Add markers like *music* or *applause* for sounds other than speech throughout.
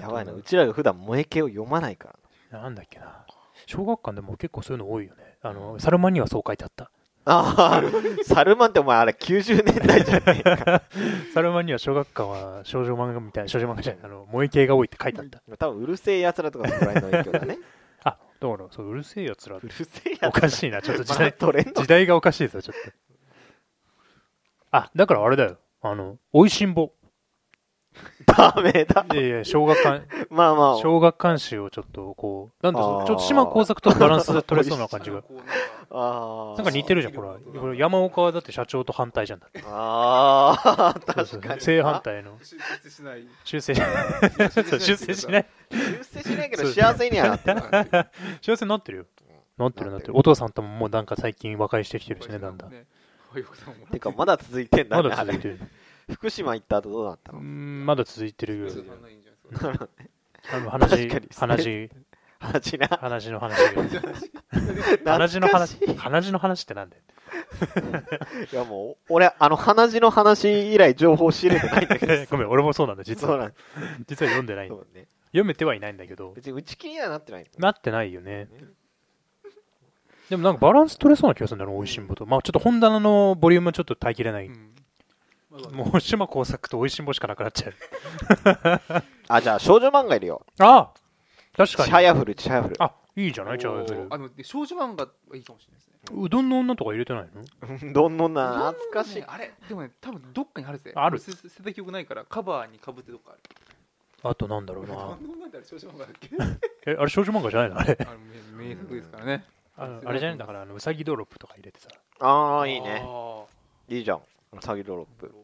やばいなうちらが普段萌え系を読まないからなんだっけな小学館でも結構そういうの多いよねあのサルマンにはそう書いてあったああサルマンってお前あれ90年代じゃねえかサルマンには小学館は少女漫画みたいな少女漫画じゃないあの萌え系が多いって書いてあった *laughs* 多分うるせえやつらとかそこら辺の影響だねあだからそううるせえやつ *laughs* らうるせえやつら *laughs* おかしいなちょっと時まだ代トレンド時代がおかしいですよちょっとあだからあれだよあの「おいしんぼダメだ」いやいや小学 *laughs* 館 *laughs* まあま *laughs* あ小学館集をちょっとこうなんだあろーうちょっと島耕作とバランスで取れそうな感じ *laughs* があーなんか似てるじゃんほらほら山岡はだって社長と反対じゃん *laughs* だってああそう確そかうに正反対の出世しない修正 *laughs* そう修正しない出世しないけど幸せにはなってる修正になってるよなってるななっっててるお父さんとももうなんか最近和解してきてるしねだんだんてかまだ続いてんだまねだあ続いれてる福島行った後どうなったうのんまだ続いてるよあの確話かに話話な話の話が鼻血の話、鼻血の話ってなんだよ。いやもう俺あの鼻血の話以来情報知れてない *laughs* んだけど *laughs* ごめん、俺もそうなんだ、実そうは。なん実は読んでないんだ。そうね読めてはいないんだけど、別に打ち切りにはなってないのなってないよね。でもなんかバランス取れそうな気がするんだよな、美味しんぼと。まあちょっと本棚のボリュームちょっと耐えきれない。もう島耕作と美味しんぼしかなくな *laughs* っちゃう。あじゃあ少女漫画いるよああ確チかハに。ヤフルチハヤフルあ、いいじゃない、チャイフルあので少女漫画はいいかもしれないですね。うどんの女とか入れてないの *laughs* どんどんな懐かしいねあれでもね多分どっかにあるぜ。ある捨て捨てた記憶ないからカバーにかぶってどっかある。あとなんだろうあな。んなんだあれ少女漫画だっけ？え、あれ少女漫画じゃないのあれ。あの名名作ですからね。あのあれじゃないんだから、あのうさぎドロップとか入れてさ。ああいいねあいいじゃん詐欺ドロッー。プ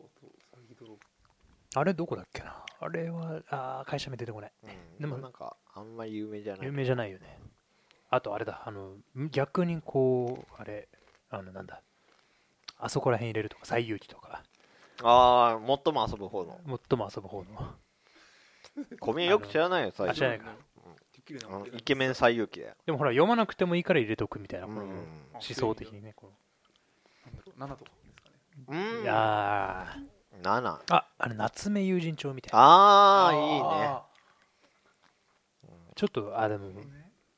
あれどこだっけなあれは、あー会社名出てこない。ででももなんかあんまり有名じゃない有名じゃないよねあとあれだあの逆にこうあれあのなんだあそこら辺入れるとか西遊記とかああ最も遊ぶ方の最も遊ぶ方の小宮よく知らないよ最あ知ら初ないかあのイケメン最有機だよでもほら読まなくてもいいから入れとくみたいな、うこの思ん想的にねこ七とかですかね。うのんいやー7ああれ夏目友人帳みたいなああいいねちょっとあでもいいね。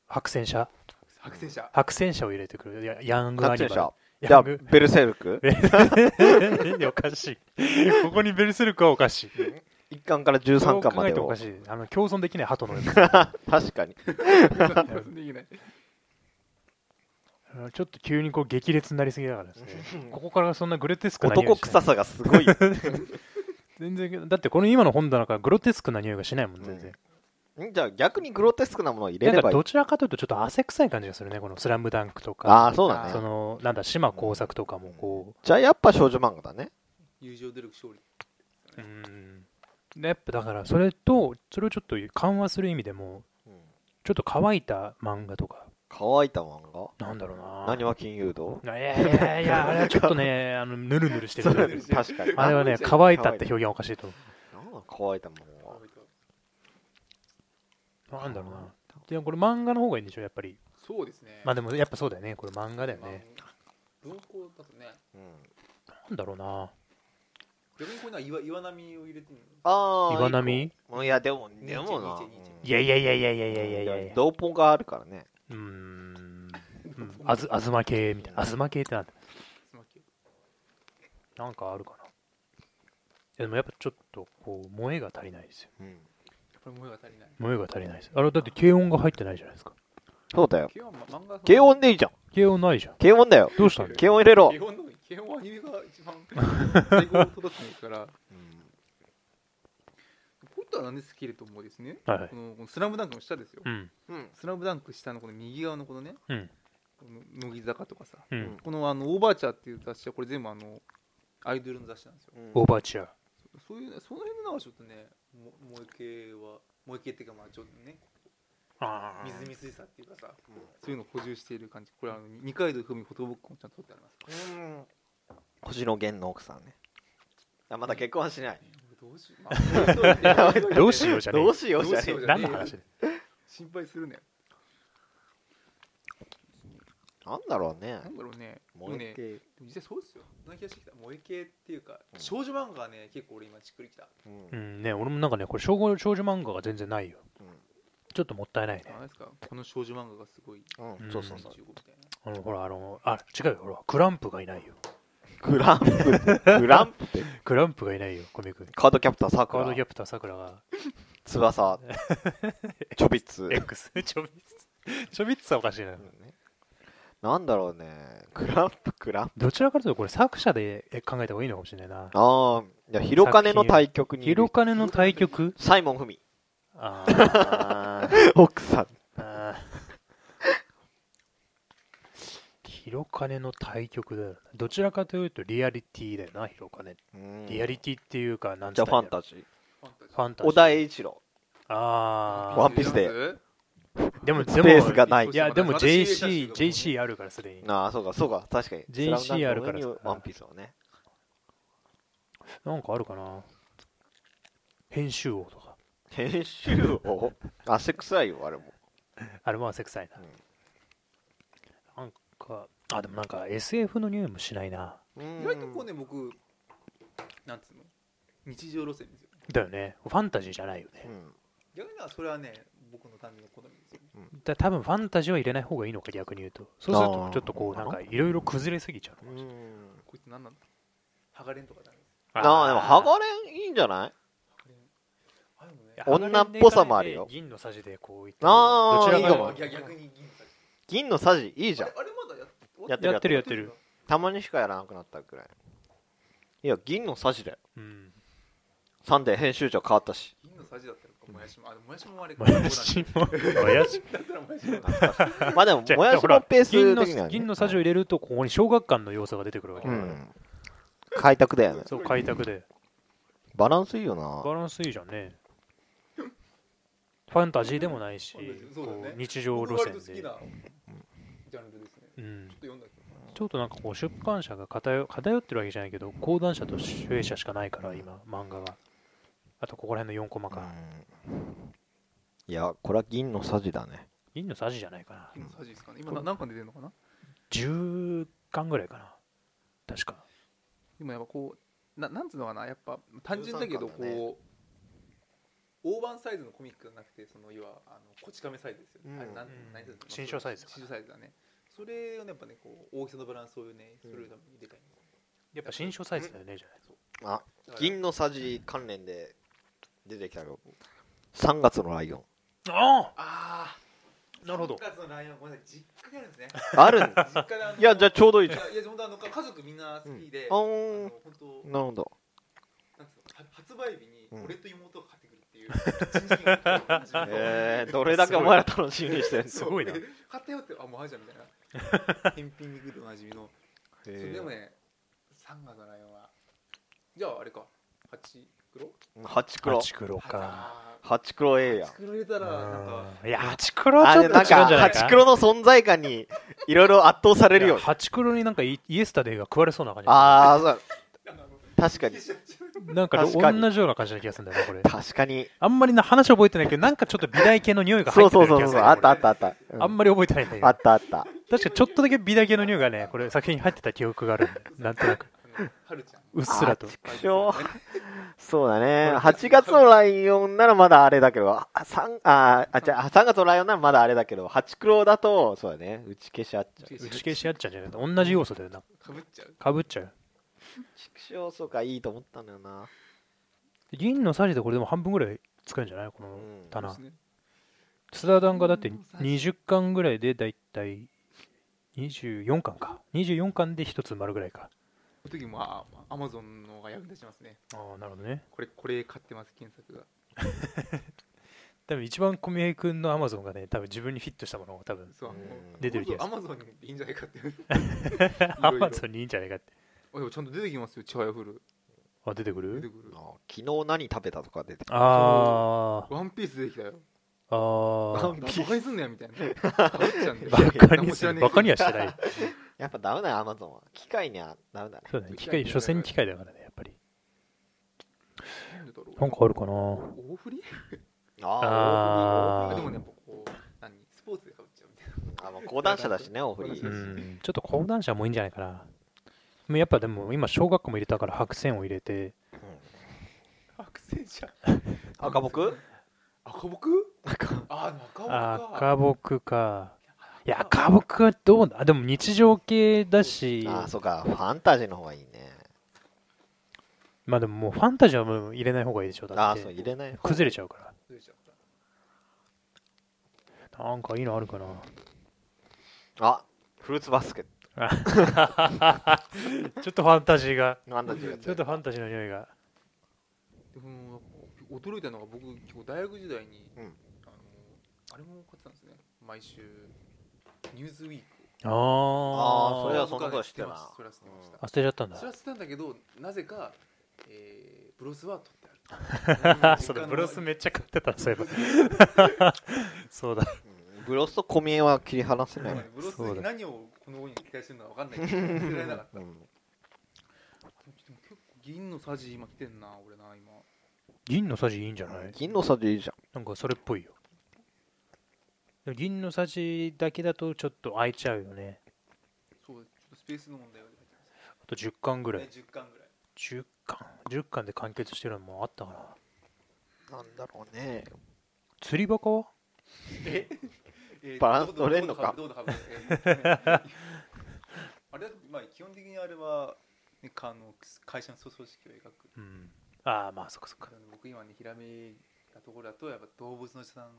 白戦車白戦車。白戦車を入れてくるやヤングア学ニ生者バルじゃヤあングベルセルクおかしい *laughs* ここにベルセルクはおかしい1巻から13巻までどうを考えてもおかしいあの共存できない鳩のやつ確かにできない。*laughs* あのちょっと急にこう激烈になりすぎだからですねここからそんなグロテスクな匂い男しない臭さがすごいよ全然だってこの今の本棚からグロテスクな匂いがしないもん全然、 *laughs* んじゃあ逆にグロテスクなものを入れなれんかばいいどちらかというとちょっと汗臭い感じがするねこの「スラムダンクとあかあそうだそねのなんだ島耕作とかもこじゃあやっぱ少女漫画だね友情努力勝利。ううんやっぱだからそれとそれをちょっと緩和する意味でもちょっと乾いた漫画とか乾いた漫画なんだろうな何は金融道いやいやいやいやあれはちょっとねあのぬるぬるしてるだけで *laughs* す確かにあれはね乾いたって表現はおかしいと思なんだ乾いた漫画うなんだろうなでもこれ漫画の方がいいんでしょやっぱりそうですね。まあでもやっぱそうだよねこれ漫画だよね文庫だとね。うんなんだろうな逆にこういうのは岩岩波を入れてるああ岩波うんいやでもでもないうやいやいやいやいやいんやいやいやいや同ポがあるからねうーんうんあずあずま系みたいなあずま系ってなんだなんかあるかないやでもやっぱちょっとこう萌えが足りないですようんやっぱり萌えが足りない。萌えが足りないですあれだって軽音が入ってないじゃないですかそうだよ軽音ま漫画軽音でいいじゃん軽音ないじゃん軽音だよどうしたんだ軽音入れろ軽音の軽音はアニメが一番最高に届くんですから。 *laughs* ポッターは何ですけれどもですね。はいはいこのこのスラムダンクの下ですよ。うんうんスラムダンク下のこの右側のこのね、うんこの乃木坂とかさ、うんこのあのオーバーチャーっていう雑誌はこれ全部あのアイドルの雑誌なんですよ。うんオーバーチャそういうその辺のなんかちょっとね、も萌え系は萌え系っていうかまあちょっとね、ーみずみずしさっていうかさ、そういうのを補充している感じ。これあの二階堂ふみフォトブックもちゃんと撮ってあります。うん星野源の奥さんねあまだ結婚はしないどうしよう。どうしようじゃねどうしようどうじゃねしよえうじゃねえ何の話だよ心配するね。なんだろうねなんだろうねもう萌えね系、でも実際そうですよそんな気がしてきた萌え系っていうか、うん少女漫画はね結構俺今しっくりきたうんうんね俺もなんかねこれ少女少女漫画が全然ないよちょっともったいないねあれですかこの少女漫画がすごいうんううんん、そうそうそう25みたいなあのほらあのあ違うよほらクランプがいないよグランプってグランプってクランプがいないよコミックカードキャプターサークカードキラャプターさくらが翼チョビッツ X ちょびつちょびっつはおかしいなうんねなんだろうねグランプグランプどちらかというとこれ作者でえ考えた方がいいのかもしれないなああいや広金の対局にいヒるロカネの対局サイモン文あー奥さんあーヒロカネの対局だよなどちらかというとリアリティだよなヒロカネうんリアリティっていうかなんじつゃっあファンジタジーファンタジファンタジー小田栄一郎あワンピースでえあでもスでペーもスがないいやでも私 JC JC あるからすでにああそうかそうか確かに JCR スラムダンクの上にからさワンピースをねなんかあるかな編集王とか編集をあセックスアイよあれもあれも汗臭いな、なんかあでもなんか SF の匂いもしないなうん意外とこうね僕なんつうの日常路線ですよねだよねファンタジーじゃないようね、ん逆になんかそれはね僕の単純の好みですよねだ多分ファンタジーは入れない方がいいのか逆に言うとそうするとあーちょっとこうなんかいろいろ崩れすぎちゃううんこいつ何なんだハガレンとかダメですああでもハガレンいいんじゃないハガレンあでもねいや女っぽさもあるよハガレンで行かないで銀のさじでこういってあーどちらいいかかがもいや逆に銀座銀のサジいいじゃんあれあれまだやっやってるやってるやってるたまにしかやらなくなったぐらいいや銀のサジだようんサンデー編集長変わった *laughs* し銀のさじだったのかもやしもあでももやしもあれかもやしももやしだったらもやしもまあでもじゃあもやしのペース銀の的にはね銀のさじを入れるとここに小学館の要素が出てくるわけうだから、ん開拓だよねそう開拓でバランスいいよなバランスいいじゃんね。ファンタジーでもないし、そうだねこう日常路線で、僕割と好きなジャンルですねうんちょっと読んだけどちょっとなんかこう出版社が偏偏ってるわけじゃないけど、講談社と主演者しかないから、今、漫画が。あと、ここら辺の4コマうか。んいやこれは銀のサジだね銀のサジじゃないかな。銀のさじですかね今な何巻出てるのかな10巻ぐらいかな。確か。でもやっぱこうななんつうのかなやっぱ単純だけど13巻こう、だね大判サイズのコミックがなくてその要はあのこち亀サイズですよね、うんあれなんうん何サイズだったの新書サイズか新書サイズだねそれをねやっぱねこう大きさのバランスをねそれのために入れたいんですよやっぱ新書サイズだよね、じゃない。あだから銀のさじ関連で出てきたけど3月のライオンあああなるほど3。月のライオンごめんなさい実家にあるんですねあるん *laughs* 実家であのいやじゃあちょうどいいいじゃんやいや本当あの家族みんな好きで、ああのー本当なるほどなんつうのは発売日にうん俺と妹が買ってくるっていう新人が来たのえー、どれだけお前ら楽しみにしてるんですすごいなそう買ったよってあもうあるじゃんみたい *laughs* な返品に来るおなじみのそそれでもね3月のライオンはじゃああれか八黒ハチクロハチクロか。あハチクロええやーん八黒入れたらなんかうんいや、ハチクロはあちょっれとなん違うんじかゃなハいチかク。ロの存在感にいろいろ圧倒されるよいやハチクロになんかイイエスタデイが食われそうな感じ。ああそうなんかあの確かになんか確かに同じような感じな気がするんだよな、これ。確かにあんまりな話覚えてないけど、なんかちょっと美大系の匂いが入そっうてるそう気そうがすそる。うあったあったあった、うんあんまり覚えてないんだけどあ。ったあった確かちょっとだけ美大系の匂いがね、これ作品に入ってた記憶があるんだよなんとなく。あの春ちゃんうっすらとあ。あいつしょねそうだね8月のライオンならまだあれだけどあ三ああじゃあ3月のライオンならまだあれだけどハチクロだとそうだね打ち消しあっちゃう打ち消し合っちゃうんじゃないか同じ要素だよな。かぶっちゃうかぶっちゃう。畜生そうかいいと思ったんだよな銀のサジでこれでも半分ぐらい使うんじゃないこのうん棚。そうですね津田団がだって銀の匙20巻ぐらいでだいたい24巻か。24巻で一つ丸ぐらいか。この時もあアマゾンのが役立ちますねああ、なるほどね。これこれ買ってます検索が多分一番小宮君のアマゾンがね、多分自分にフィットしたものを多分、そううん出てる気がアするマゾンにいいんじゃないかって *laughs* アマンゾンにいいんじゃないかって。あでもちゃんと出てきますよちはやふるあ、出てく出てるくるあ昨日何食べたとか出てくるあワンピース出てきたよあ。ああワバン。ピースカにすんなよ *laughs* みたいなかぶっちゃうんでバカにする。バカにはしてない。やっぱダメだよアマゾンは機械にはダメだねそうだね。機機械械、所詮機械だからね、やっぱり。なんでだろうなんかあるかな大振りあああーでもねやっぱこう何スポーツでかぶっちゃうみたいなーあの講談社だしね、おふり。そううそうんちょっと講談社もいいんじゃないかなでもやっぱでも今小学校も入れたから白線を入れて白線じゃん *laughs* 赤僕赤僕あー赤僕か赤僕かいや赤僕はどうだあでも日常系だしああ、そうか、ファンタジーの方がいいね。まあでももうファンタジーはもう入れない方がいいでしょだああ、っそう、て入れない。崩れちゃうかどうしようらなんかいいのあるかなあ、フルーツバスケット。ちょっとファンタジーがファンタジーが強いちょっとファンタジーの匂いがでも驚いたのが僕結構大学時代に、うんあのあれも買ってたんですね毎週「ニューズウィークあああ、それあはそんなこと知ってるなそれは知ってました捨てちゃったんを」だそれは捨てたんだけどなぜか、えーブロスは取ってああ *laughs* るそうだブロスめっちゃ買ってたそういえばそうだうんブロスと小見えは切り離せブない。ロスそうだに何をこの子に期待してるのか分かんないけど捨てられなかったうでもん結構銀のサジ今来てんな俺な今銀のサジいいんじゃない銀のサジいいじゃん。なんかそれっぽいよでも銀のサジだけだとちょっと空いちゃうよねそうちょっとスペースの問題が出てきまあと10巻ぐらいすね10巻ぐらい10巻10巻で完結してるのもあったかななんだろうね。釣りバカはええーバランス取れんのかどうぞどうぞどうぞどうぞえーあれだとまあ基本的にあれは、ね、かあの会社の組織を描くうんああまあそっかそっか僕今ねひらめいたところだとやっぱ動物の下さん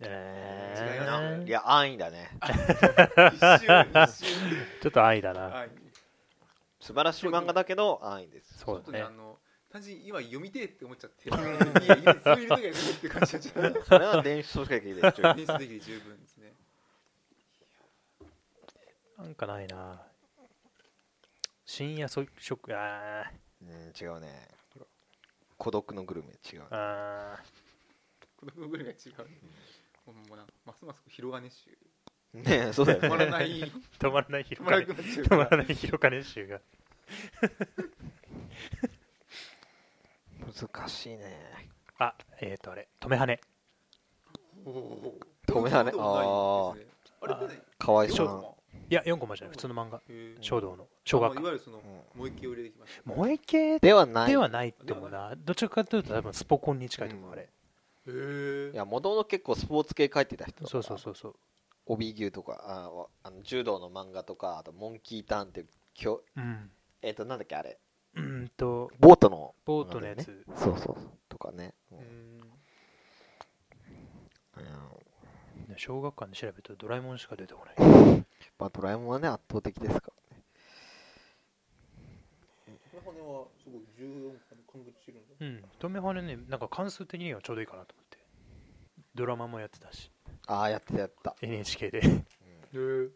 え違いまーいや、安易だね。一瞬一瞬ちょっと愛だなはい素晴らしい漫画だけど、安易です。ちょそっうとだねねあの単純に今読みてえって思っちゃっていやそういうのが読みてえって感じになっちゃっそれは電子組織で一た応 *laughs* 年数的で十分ですねなんかないな深夜そ食あうん、違うね。孤独のグルメ、違うねー。あこのぐらいが違うもうもうなんかますます広がねしねえそうだよ止まらね。ないー止まらない止広まがらりなくなっちゃう止まらない広金集が難しいね。あえっ、ー、とあれ止めはね止められああれこれかわい龍そう馬な。いや4コマじゃない普通の漫画へー衝動の小学ま館あいわゆるそのうもう一回入れてきました萌え系ではない。ではいないと思うなどちらかというと多分スポコンに近いと思うあれへえや、もともと結構スポーツ系書いてた人。そうそうそうそう帯牛とかあわあの柔道の漫画とかあとモンキーターンっていうきょうんえっ、となんだっけあれうーんとボートのボートのやつ、そうそうとかね、うん小学館で調べるとドラえもんしか出てこないまあドラえもんはね圧倒的ですかこの骨はすごい14巻で完結してるんだうん止めはねねなんか関数的にはちょうどいいかなと思ってドラマもやってたしらああやってたやってた NHK でへえ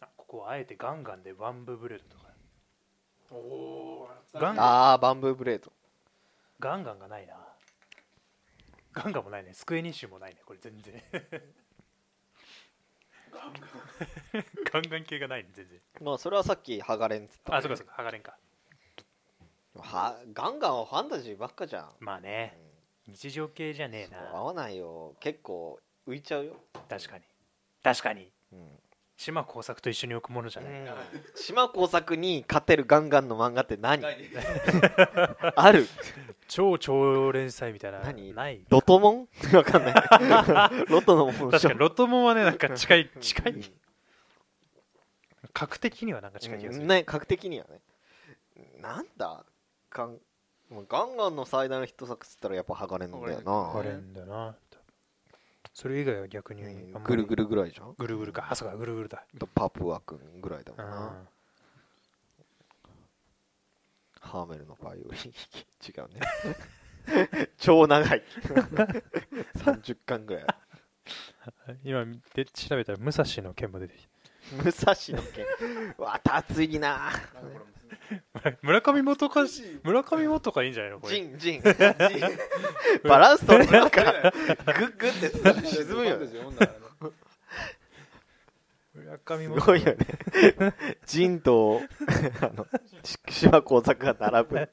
あここはあえてガンガンでワンブブレードとかおおガンガンああバンブーブレードガンガンがないなガンガンもないねスクエニッシュもないねこれ全然ガンガン系がないね全然まあそれはさっきハガレンっつったあそうかそうかハガレンかはガンガンはファンタジーばっかじゃん、まあうんね日常系じゃねえそう合なわないよ結構浮いちゃうよ、確かに確かにうん島耕作と一緒に置くものじゃない、島耕作に勝てるガンガンの漫画って *laughs* 何ないねある超超連載みたいな何ないロトモン *laughs* わか *laughs* んないロトのモン確かにロトモンはねなんか近い近い格的にはなんか近い気がする、うんね格的にはねなんだガンもうガンガンの最大のヒット作っつったらやっぱ鋼なんだよ鋼ハなガレンだなそれ以外は逆にあんまりぐるぐるぐらいじゃんぐるぐるかあそうかぐるぐるだとパプワ君ぐらいだもんうんなハーメルのバイオリン違うね超長い30巻ぐらいあ今で調べたら武蔵の剣も出てきる武蔵の剣うわたついななんかこれもた *laughs* 村上元かしい村上元かいいんじゃないのこジれンジンバランス取れなん *laughs* かグッグッって沈む *laughs* よね村上す元ごいよね。ジンと、あの、し島工作が並ぶ。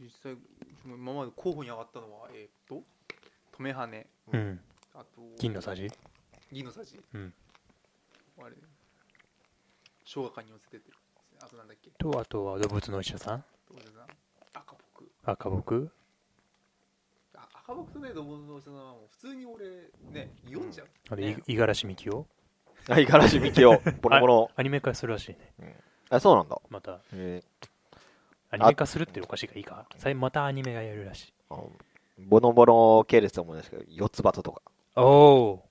実際今まで候補に上がったのはえーっと「止めはねうん」あと銀のさじ銀のさじうんあれ小学館に寄せてってるあとなんだっけとあとは動物のお医者さんどうだな赤僕赤僕あ赤僕とねどものおじさんはもう普通に俺ね読んじゃう、あれねい五十嵐美樹をあ、五十嵐美 *laughs* 樹を、ボロボロ。アニメ化するらしいねあ、そうなんだ。またえアニメ化するっておかしいかいいかさいまたアニメがやるらしいー、あボノボノ系列と思うんですけど、四つ葉ととか。おお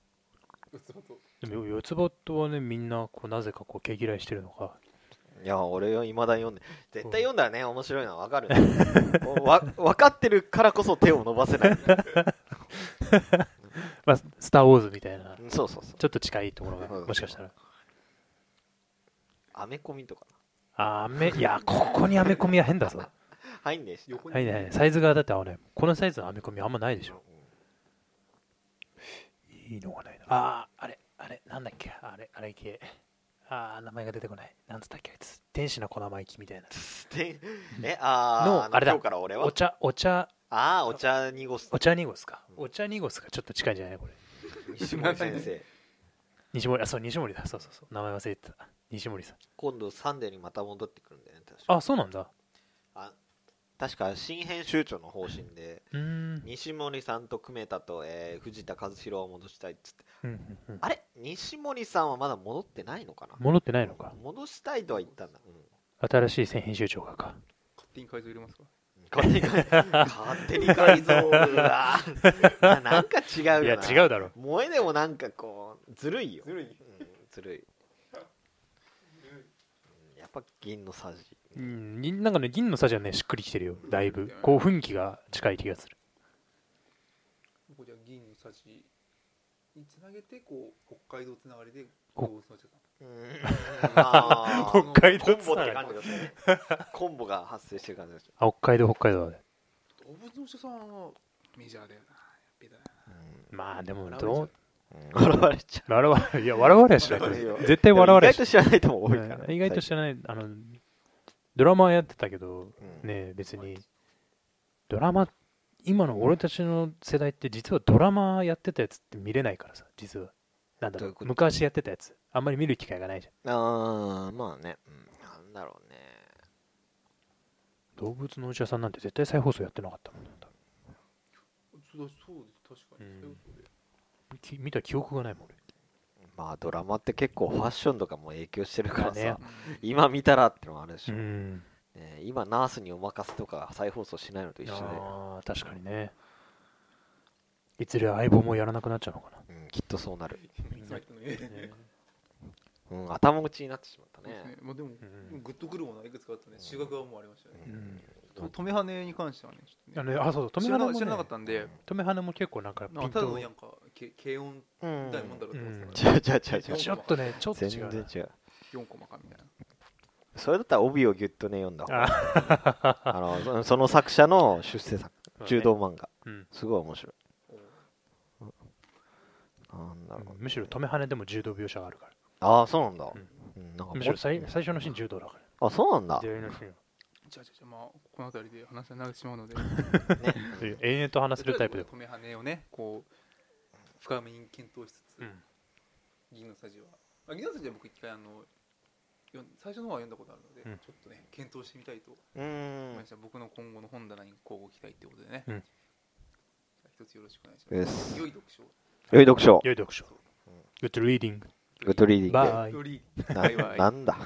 うつばとでも四つ葉とはねみんなこうなぜかこう毛嫌いしてるのかいや、俺は未だに読んで、絶対読んだらね、面白いのはわかる。 *laughs* もうわ、分かってるからこそ手を伸ばせない。まあ「スター・ウォーズ」みたいなうんそうそうそう。ちょっと近いところがそうそうもしかしたらアメコミとか。あめいやここにアメコミは変だぞは入んねえし。横に、いはいサイズがだってあれこのサイズのアメコミあんまないでしょいいのがないなあああれあれなんだっけあれあれ系ああ名前が出てこないなんつったっけあいつ天使の粉まいきみたいなでえ、あーのあのあれだ今日から俺はお。茶お茶ああ、お茶濁す。お茶濁すかお茶濁すがちょっと近いんじゃないこれ西森先生。西森あそう西森だそうそうそう名前忘れてた西森さん今度サンデーにまた戻ってくるんだよね、確か。あそうなんだあ確か新編集長の方針で、うーん西森さんと久米田と、えー藤田和弘を戻したいっつって、うんうんうんあれ西森さんはまだ戻ってないのかな戻ってないのか戻したいとは言ったんだ。うん新しい選編集長がか勝手に改造入れますか勝手に改勝手に改造 *laughs* がなんか違うよな。いや違うだろ萌えでもなんかこう、ずるいよ。ずるいうんずるい。うんやっぱ銀のさじ。うん銀なんかね銀のさじはねしっくりきてるよだいぶこう雰囲気が近い気がするここじゃ銀のさじにつなげてこう北海道つながりでお動物のおじさんうーんま *laughs* あ北海道コンボってつなが感じりです *laughs* ね。コンボが発生してる感じです。あ北海道北海道で動物のお医者さんはメジャーだよなベタだまあでもなどう笑われちゃ笑わいや笑われはしないと思笑わうれ絶う。対笑われ意は外しと知らない人も多いかならいね、うん意外と知らないあのドラマやってたけどうんね別にドラマ今の俺たちの世代って実はドラマやってたやつって見れないからさ実はなんだどうろういうこと昔やってたやつあんまり見る機会がないじゃんあーまあね、うんなんだろうね。動物のお医者さんなんて絶対再放送やってなかったもんな多分そうだそうです確かに、うんそういうことでき見た記憶がないもん俺まあドラマって結構ファッションとかも影響してるからださね、今見たらってのもあるでしょ。うんね今ナースにお任せとか再放送しないのと一緒で、あー確かにねいずれ相棒もやらなくなっちゃうのかなうん、きっとそうなる。うんいつも言ってんのねうん、頭打ちになってしまったそうですねね。まあでも、うんグッとくるものはいくつかあったね修学はもうありましたね、うんうんと止め跳ねに関してはねちょっあとねのねあそうそう知止めらはねもなね知らなかったんで、止めはねも結構なんかピなんンかただとのなんかけ軽音うんみたいなもんだろうと思ってた違から、う違う違う違う。ちょっとねちょっと全違うな然違う。 4コマかみたいなそれだったら帯をギュッとね、読んだ方がああのそその作者の出世作、柔道漫画。うんすごい面白い。おうなんだろうねむしろ止めはねでも柔道描写があるからああ、そうなんだ。んうんなんかむしろもっ最と最初のシーン柔道だかあ、そうなんだ。ら *laughs* ね出会いのシーンじゃあじゃあじゃあまあこの辺りで話が長くしまうのでそういう延々と話せるタイプで止め跳ねをねこう深めに検討しつつ、うん銀のさじは、あ、銀のさじは僕一回あの読ん最初の方は読んだことあるので、うんちょっとね検討してみたいとうー思いまん *laughs* し。た、僕の今後の本棚に交互期待ってことでね、うんじゃあ一つよろしくお願いしでますす良い読書を良い読書。良い読書 Good reading グッドリーディング。バイよりなバイバイなんだ。